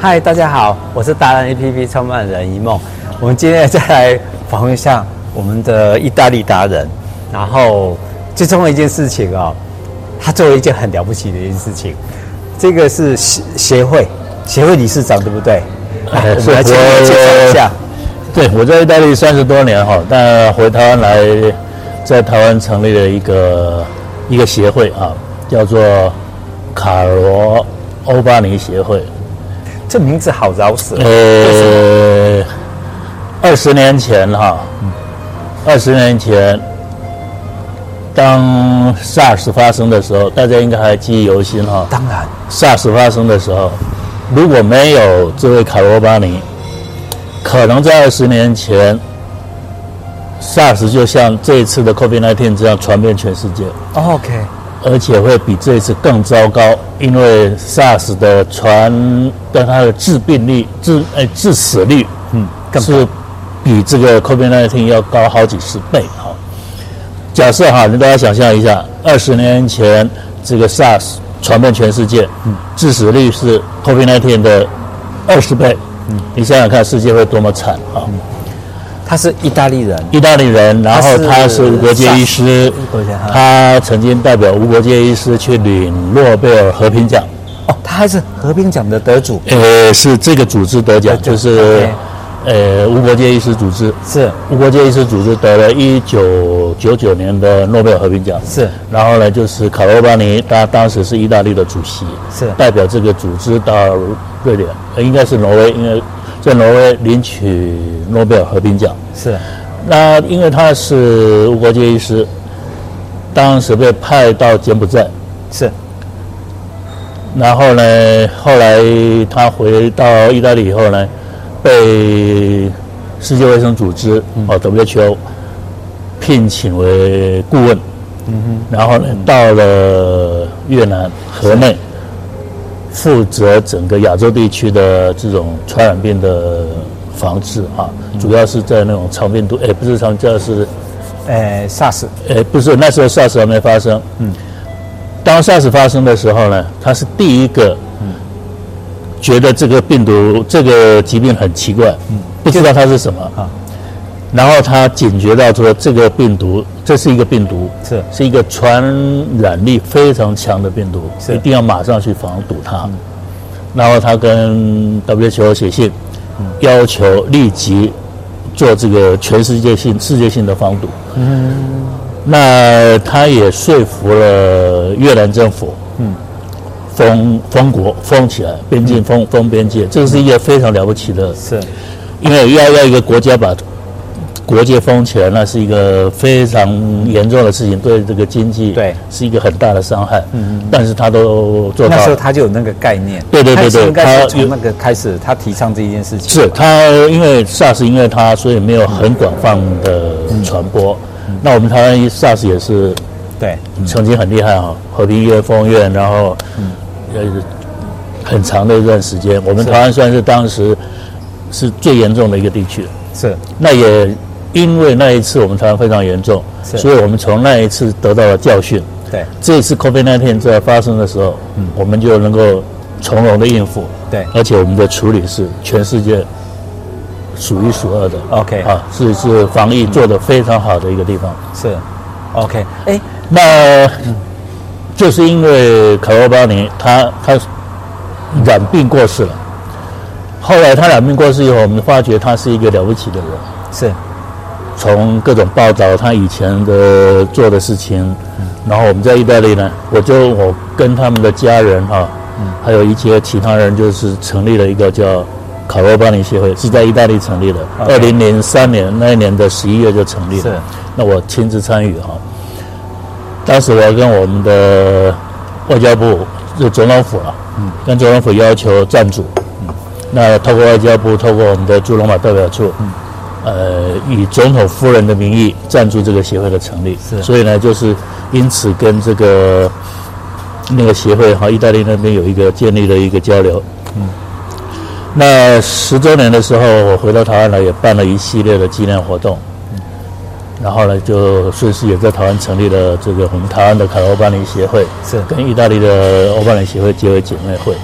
嗨，大家好，我是达人 APP 创办人一梦。我们今天再来访问一下我们的意大利达人。然后最重要一件事情哦，他做了一件很了不起的一件事情。这个是协协会协会理事长对不对？来，哎我是们来请你介绍一下。对，我在意大利三十多年哈，但回台湾来，在台湾成立了一个一个协会啊，叫做卡罗欧巴尼协会。这名字好饶舌。呃，二十年前哈，二十年前，当 SARS 发生的时候，大家应该还记忆犹新哈。当然， SARS 发生的时候，如果没有这位卡罗巴尼，可能在二十年前，SARS 就像这一次的 COVID-19 这样传遍全世界，哦 OK，而且会比这一次更糟糕，因为 SARS 的传跟它的致病率、致呃致死率，嗯，更高是比这个 COVID-19 要高好几十倍哈。假设哈，你大家想象一下，二十年前这个 SARS 传遍全世界，嗯致死率是 COVID-19 的二十倍，嗯你想想看世界会多么惨啊！他是意大利人。意大利人，然后他他是是无国界医师无国界哈，他曾经代表无国界医师去领诺贝尔和平奖，哦，他还是和平奖的得主。呃，是这个组织得奖，得奖就是呃无国界医师组织，是无国界医师组织得了一九九九年的诺贝尔和平奖，是然后呢，就是卡罗巴尼，他当时是意大利的主席，是代表这个组织到瑞典，呃应该是挪威，应该在挪威领取诺贝尔和平奖。是，那因为他是无国界医师，当时被派到柬埔寨，是然后呢，后来他回到意大利以后呢，被世界卫生组织哦 WHO 聘请为顾问，嗯哼，然后呢，到了越南河内，负责整个亚洲地区的这种传染病的防治啊，主要是在那种肠病毒，哎，不是肠，叫是呃，SARS 呃，不是，那时候 SARS 还没发生。嗯，当 SARS 发生的时候呢，他是第一个，嗯觉得这个病毒这个疾病很奇怪，嗯，不知道它是什么啊。然后他警觉到说，这个病毒这是一个病毒，是是一个传染力非常强的病毒，是嗯一定要马上去防堵它。然后他跟 WHO 写信，嗯要求立即做这个全世界性、世界性的防堵。嗯，那他也说服了越南政府，嗯，封封国封起来，边嗯境封封边界，这是一个非常了不起的，是因为要要一个国家把国界封起来，那是一个非常严重的事情，对这个经济对是一个很大的伤害。嗯嗯，但是他都做那到了。时候他就有那个概念。对对对对他是应该是他有从那个开始，他提倡这一件事情。是它，因为 SARS 因为它，所以没有很广泛的传播。那我们台湾 SARS 也是对，曾经很厉害啊，和平医院、丰院，然后呃很长的一段时间，我们是台湾算是当时是最严重的一个地区。是那也因为那一次我们台湾非常严重，是所以我们从那一次得到了教训。对这次 COVID-19 在发生的时候，我们就能够从容的应付。对而且我们的处理是全世界数一数二的。 OK 啊，是是防疫做得非常好的一个地方。是，OK，哎，那就是因为卡罗巴尼他他染病过世了，后来他染病过世以后，我们发觉他是一个了不起的人。是从各种报道他以前的做的事情，然后我们在意大利呢，我就我跟他们的家人哈、还有一些其他人，就是成立了一个叫卡罗巴尼协会，是在意大利成立的， OK 二零零三年那一年的十一月就成立是了，那我亲自参与哈、当时我跟我们的外交部就总统府啊，嗯跟总统府要求赞助，那透过外交部，透过我们的驻罗马代表处，嗯呃，以总统夫人的名义赞助这个协会的成立。是所以呢，就是因此跟这个那个协会哈，意大利那边有一个建立了一个交流。嗯，那十周年的时候，我回到台湾来，也办了一系列的纪念活动。然后呢，就顺势也在台湾成立了这个我们台湾的卡欧巴尼协会，是嗯跟意大利的欧巴尼协会结为姐妹会。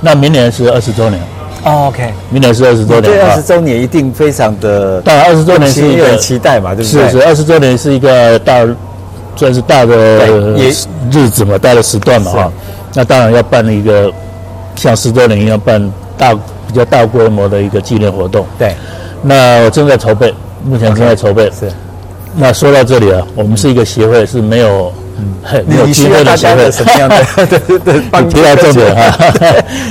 那明年是二十周年，哦哦，OK，明年是二十周对年二啊十。周年一定非常的当然，二十周年是一有个人期待嘛，对不是对？是，二十周年是一个大，算是大的对也日子嘛，大的时段嘛是哈。那当然要办一个像十周年一样办大比较大规模的一个纪念活动。对，那我正在筹备，目前正在筹备。是那说到这里啊，我们是一个协会，是没有嘿 没有嗯你机需要会大的协家会的。什么样的？ 对对对，帮你提到重点哈，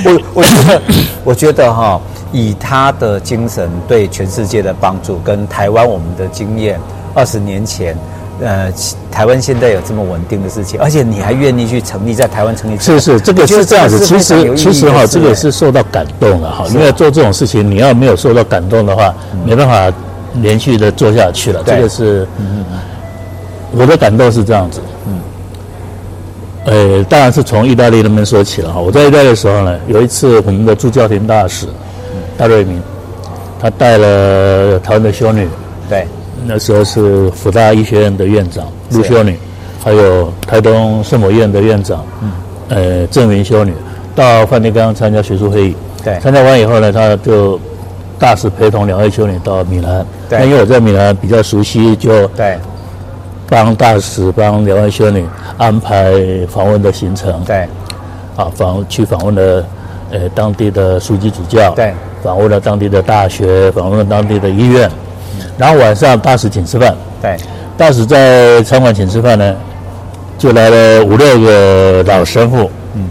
我我觉得， 我觉得哈、以他的精神对全世界的帮助，跟台湾我们的经验，二十年前，呃，其台湾现在有这么稳定的事情，而且你还愿意去成立在台湾成立，是是，这个我觉得是这样子。这其个是非常有实意义其的实哈，事这个哎是受到感动了哈，是啊嗯因为做这种事情，你要没有受到感动的话，没办法连续的做下去了。对嗯这个是我的感动是这样子。呃，当然是从意大利那边说起了哈。我在意大利的时候呢，有一次我们的驻教廷大使嗯大瑞明，他带了台湾的修女，对，那时候是辅大医学院的院长是陆修女，还有台东圣母院的院长，嗯呃，郑云修女，到梵蒂冈参加学术会议。对参加完以后呢，他就大使陪同两位修女到米兰。对那因为我在米兰比较熟悉，就对帮大使帮两位修女安排访问的行程。对啊，访去访问了呃当地的书记主教，对，访问了当地的大学，访问了当地的医院，嗯然后晚上大使请吃饭，对，大使在餐馆请吃饭呢，就来了五六个老神父，嗯，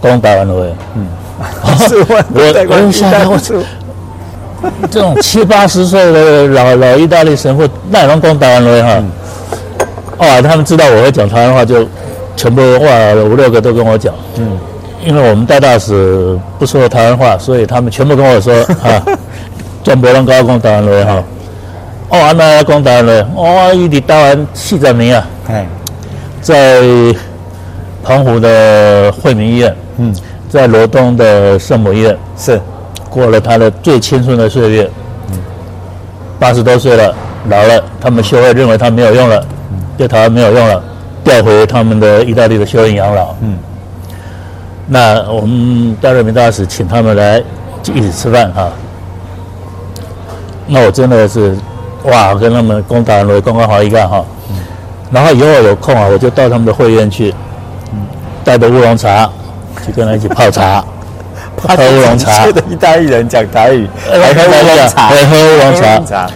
光打完了，嗯， 是我我对我想想我是这种七八十岁的老老意大利神父，那也能光打完了哈，哇，他们知道我会讲台湾话，就全部哇五六个都跟我讲，嗯。因为我们戴大使不说台湾话，所以他们全部跟我说啊，全部人跟我讲台湾话哈。哦，安那讲台湾哦话，我一直台湾四十年啊。哎，在澎湖的惠民医院，嗯，在罗东的圣母医院，是过了他的最青春的岁月，嗯八十多岁了，老了，他们修会认为他没有用了，对台湾没有用了，调回他们的意大利的修院养老。嗯，那我们戴瑞明大使请他们来就一起吃饭哈、那我真的是哇，跟他们攻打罗公关好一个哈。然后以后有空啊，我就到他们的会院去，嗯带着乌龙茶去跟他一起 泡茶。喝乌龙茶是的意大利人讲台语，还喝乌龙茶，还喝乌龙茶还喝茶，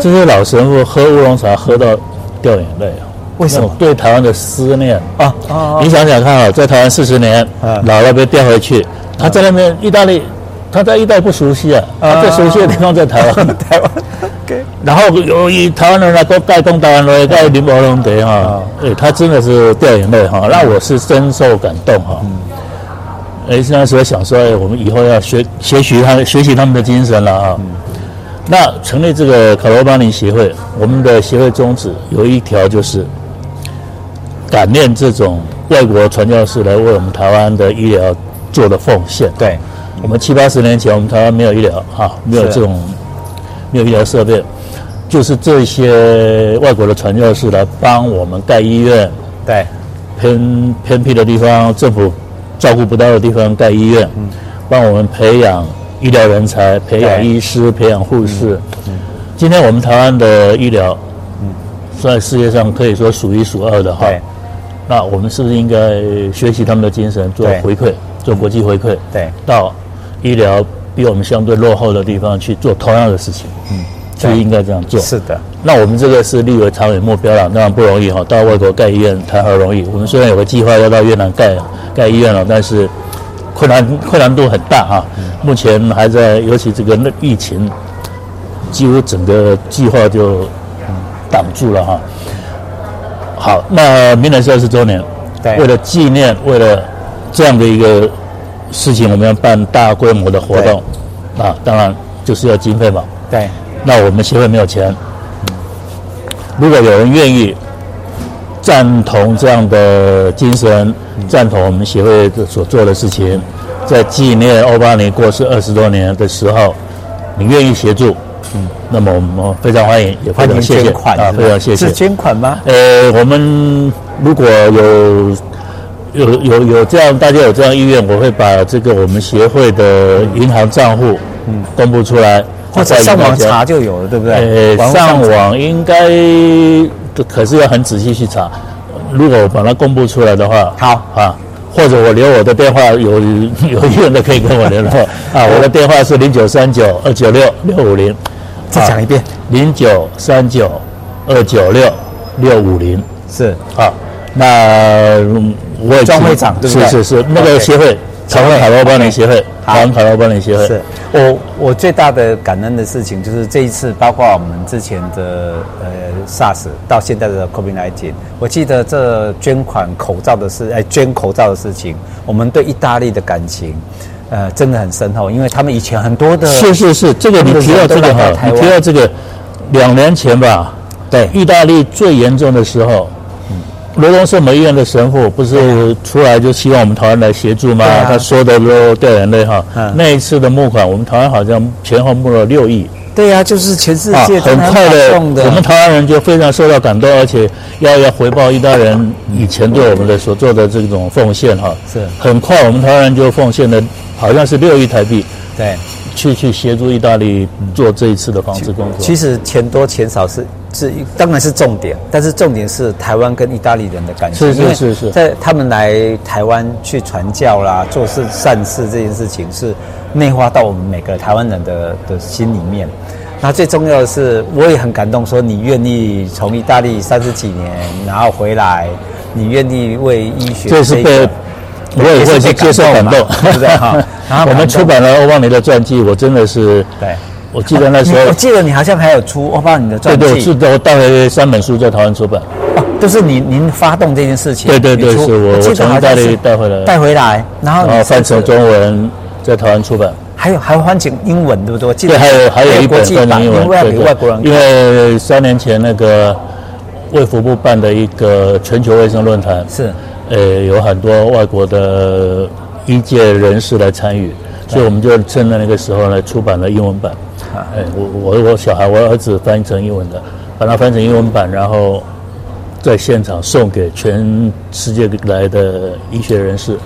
这些老神父喝乌龙茶喝到掉眼泪啊！为什么那种对台湾的思念啊！哦你想想看啊，在台湾四十年嗯，老了被调回去，他在那边意大利，他在意大利不熟悉啊，他最熟悉的地方在 台湾。台湾 OK，然后由于台湾人来都盖东台湾人盖林伯龙德哈，对他真的是掉眼泪哈，让我是深受感动哈。哎，那时候想说，哎，我们以后要学学习他们学习他们的精神了啊。那成立这个卡罗巴尼协会，我们的协会宗旨有一条就是感念这种外国传教士来为我们台湾的医疗做的奉献。对，我们七八十年前，我们台湾没有医疗啊，没有是这种没有医疗设备，就是这些外国的传教士来帮我们盖医院，对，偏偏僻的地方，政府照顾不到的地方盖医院，嗯帮我们培养医疗人才，培养对医师，培养护士。嗯今天我们台湾的医疗，在世界上可以说数一数二的哈。对，那我们是不是应该学习他们的精神，做对回馈，做国际回馈？对，到医疗比我们相对落后的地方去做同样的事情，嗯，是不是对应该这样做？是的，那我们这个是立为长远目标了，当然不容易哈。到外国盖医院谈何容易？我们虽然有个计划要到越南盖啊盖医院了，但是困难困难度很大哈。目前还在，尤其这个那疫情，几乎整个计划就挡住了哈。好，那明年是二十周年，对为了纪念，为了这样的一个事情，我们要办大规模的活动啊，当然就是要经费嘛。对，那我们协会没有钱。如果有人愿意赞同这样的精神，赞同我们协会所做的事情，在纪念欧巴尼过世二十多年的时候，你愿意协助，嗯，那么我们非常欢迎，也非欢迎常谢谢呃捐款啊，是吧非常谢谢是。捐款吗？呃，我们如果有有有有这样，大家有这样意愿，我会把这个我们协会的银行账户嗯公布出来，或者再给上网大家查就有了，对不对？呃，网络上查网应该呃可是要很仔细去查。如果我把它公布出来的话，好啊，或者我留我的电话，有 有意愿的可以跟我联 络啊。我的电话是零九三九二九六六五零，再讲一遍，零九三九二九六六五零是啊。那嗯我也庄会长对不对是是是，那个 OK 协会，台湾海螺班联协会，台湾海螺班联协会是我我最大的感恩的事情就是这一次，包括我们之前的呃 SARS 到现在的 COVID-19，我记得这捐款口罩的事，哎，捐口罩的事情，我们对意大利的感情，呃，真的很深厚，因为他们以前很多的是是是，这个你提到这个呃他们哈都来到，台你湾提到这个，两年前吧，对嗯意大利最严重的时候，罗东圣母医院的神父不是出来就希望我们台湾来协助吗？对啊他说的都掉眼泪哈嗯。那一次的募款，我们台湾好像前后募了六亿对呀、就是全世啊，界很真的快感的，动的，我们台湾人就非常受到感动，而且要要回报意大利人以前对我们的所做的这种奉献哈。嗯是很快我们台湾人就奉献了，好像是六亿台币。对。去去协助意大利做这一次的防治工作。嗯其实钱多钱少是是当然是重点，但是重点是台湾跟意大利人的感情。是是因为是是在他们来台湾去传教啦，做事善事这件事情是内化到我们每个台湾人的的心里面。那最重要的是，我也很感动，说你愿意从意大利三十几年，然后回来，你愿意为医学这是一个被我也会去接受感动也是被感动嘛，对不对哈然后 我们出版了欧邦尼的传记，我真的是，啊对。我记得那时你我候，记得你好像还有出欧巴你的对传记，对，我记得我大概三本书在台湾出版，哦，就是您您发动这件事情，对对对你出是我记我得从好意大像利是带回来带回来，然后然你后哦翻成甚至中文在台湾出版。还有还有翻成英文，对不对？我记对，得还有还有一国本际翻成版，英因文，为要对给对外国人因看，为三年前那个卫福部办的一个全球卫生论坛，是呃，有很多外国的医界人士来参与，所以我们就趁着那个时候呢，出版了英文版。啊哎，我我我小孩，我儿子翻译成英文的，把它翻成英文版，然后在现场送给全世界来的医学人士。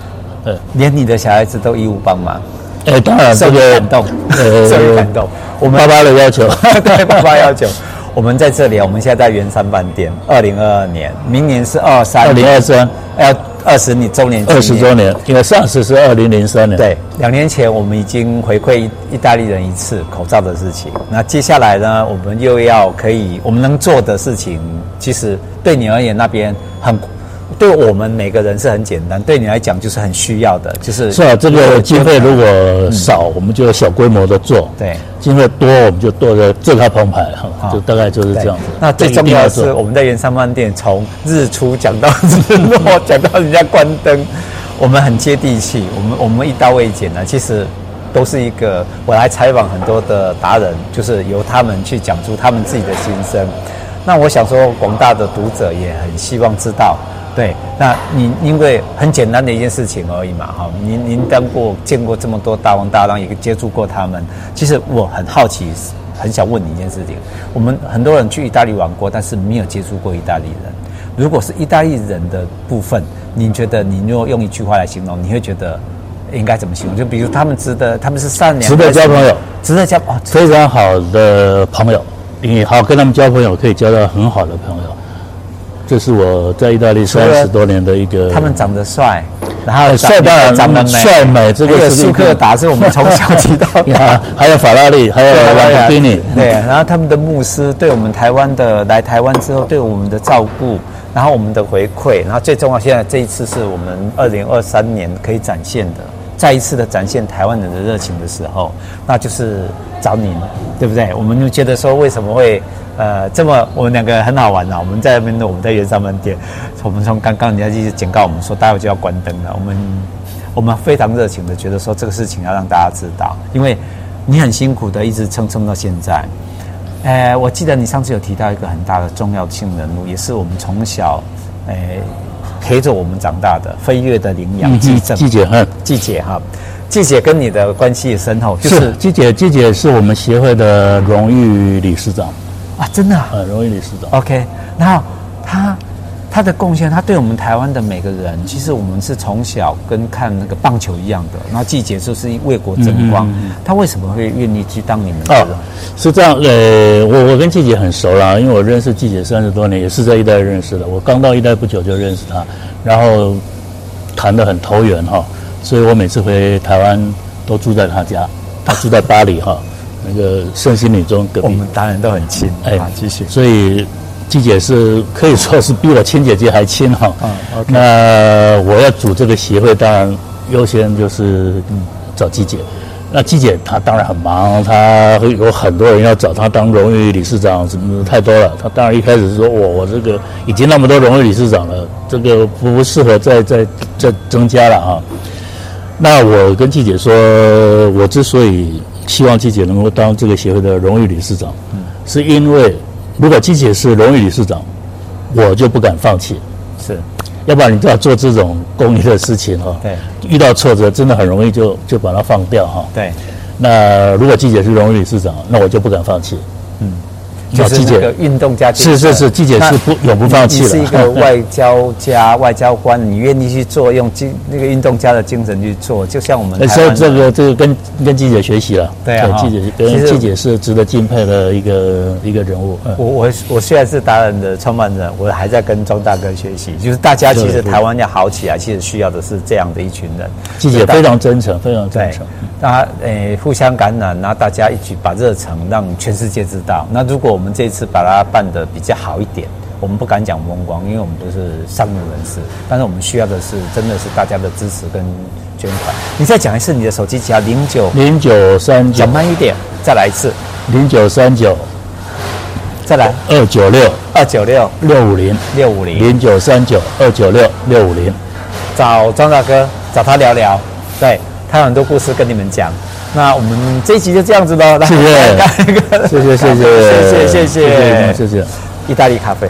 呃，连你的小孩子都义务帮忙，哎，当然受这你个感 动， 受你感动。 我们爸爸的要求。对，八八幺九。我们在这里，我们现在在圆山饭店，二零二二年，明年是二三，二零二三要二十你周年纪念，二十周年，因为上次是二零零三年，，对，两年前我们已经回馈意意大利人一次口罩的事情。那接下来呢，我们又要可以我们能做的事情，其实对你而言那边很，对我们每个人是很简单，对你来讲就是很需要的，就是是啊，这个经费如果少，我们就小规模的做，对经费多我们就多的自它澎湃哈，啊就大概就是这对样。那最重要的是，对我们在圆山饭店从日出讲到 日落，讲到人家关灯，我们很接地气，我们我们一刀未剪呢，其实。都是一个，我来采访很多的达人，就是由他们去讲出他们自己的心声。那我想说，广大的读者也很希望知道，对，那你因为很简单的一件事情而已嘛，哈，您您当过见过这么多大王大浪，也接触过他们。其实我很好奇，很想问你一件事情：我们很多人去意大利玩过，但是没有接触过意大利人。如果是意大利人的部分，你觉得你如果用一句话来形容，你会觉得应该怎么形容？就比如他们值得，他们是善良，值得交朋友，值得交哦，值非常好的朋友，你好跟他们交朋友，可以交到很好的朋友。这是我在意大利了三十多年的一个，哦他们长得帅，然后哎帅当然长得美，帅美这个还有是苏克达是我们从小 提到呀，还有法拉利，哎还有兰博基尼，对，然后他们的牧师对我们台湾的来台湾之后对我们的照顾，然后我们的回馈，然后最重要，现在这一次是我们二零二三年可以展现的，再一次的展现台湾人的热情的时候，那就是找您，对不对？我们就觉得说为什么会。呃，这么我们两个很好玩啊！我们在那边的，我们在圆山门店，我们从刚刚人家一直警告我们说，待会就要关灯了。我们我们非常热情的觉得说这个事情要让大家知道，因为你很辛苦的一直撑撑到现在。呃，我记得你上次有提到一个很大的重要性人物，也是我们从小，呃，陪着我们长大的飞跃的领养嗯季正季姐，嗯。季姐哈，季姐跟你的关系也深厚，就是是季姐，季姐是我们协会的荣誉理事长，啊，真的啊、呃，荣誉理事长。 OK，然后他他的贡献，他对我们台湾的每个人，其实我们是从小跟看那个棒球一样的，然后季节就是为国争光。他为什么会愿意去当你们的哦人？，是这样，呃，我我跟季姐很熟了，因为我认识季姐三十多年，也是在一代认识的。我刚到一代不久就认识她，然后谈得很投缘哈，所以我每次回台湾都住在她家，她住在巴黎哈， 那个圣心女中隔我壁们。当然都很亲。哎啊，继续。所以季姐是可以说是比我亲姐姐还亲哈。嗯，OK 那我要组这个协会，当然优先就是找季姐。那季姐她当然很忙，她会有很多人要找她当荣誉理事长，什么的太多了。她当然一开始是说我我这个已经那么多荣誉理事长了，这个不不适合再再再增加了啊。那我跟季姐说，我之所以希望季姐能够当这个协会的荣誉理事长，是因为如果季姐是荣誉理事长，我就不敢放弃。是要不然你知道做这种公益的事情哈、对，遇到挫折真的很容易就就把它放掉哈、对，那如果季姐是荣誉理事长，那我就不敢放弃。嗯，就是季那个姐运动家精是神。是是，季姐那是不永不放弃你了。是一 个外交家、外交官，你愿意去做，用精那个运动家的精神去做，就像我们呃台所以湾这的个这个跟跟季姐学习了，对啊季姐哈其跟实季姐是值得敬佩的一个一个人物。嗯我我我虽然是达人的创办人，我还在跟庄大哥学习，就是大家其对实对台湾要好起来，其实需要的是这样的一群人。季姐就大非常真诚，非常真对诚。，大家诶互相感染，然后大家一起把热诚让全世界知道。那如果我们这一次把它办得比较好一点，我们不敢讲风光，因为我们都是上路人士，但是我们需要的是真的是大家的支持跟捐款。你再讲一次你的手机只要零九，零九三九讲慢一点，再来一次，零九三九再来二九六二九六六五零六五零。零九三九二九六六五零。找张大哥，找他聊聊，对他有很多故事跟你们讲。那我们这一集就这样子喽，来 谢谢干一个谢谢谢谢谢谢谢谢谢谢谢谢。意大利咖啡。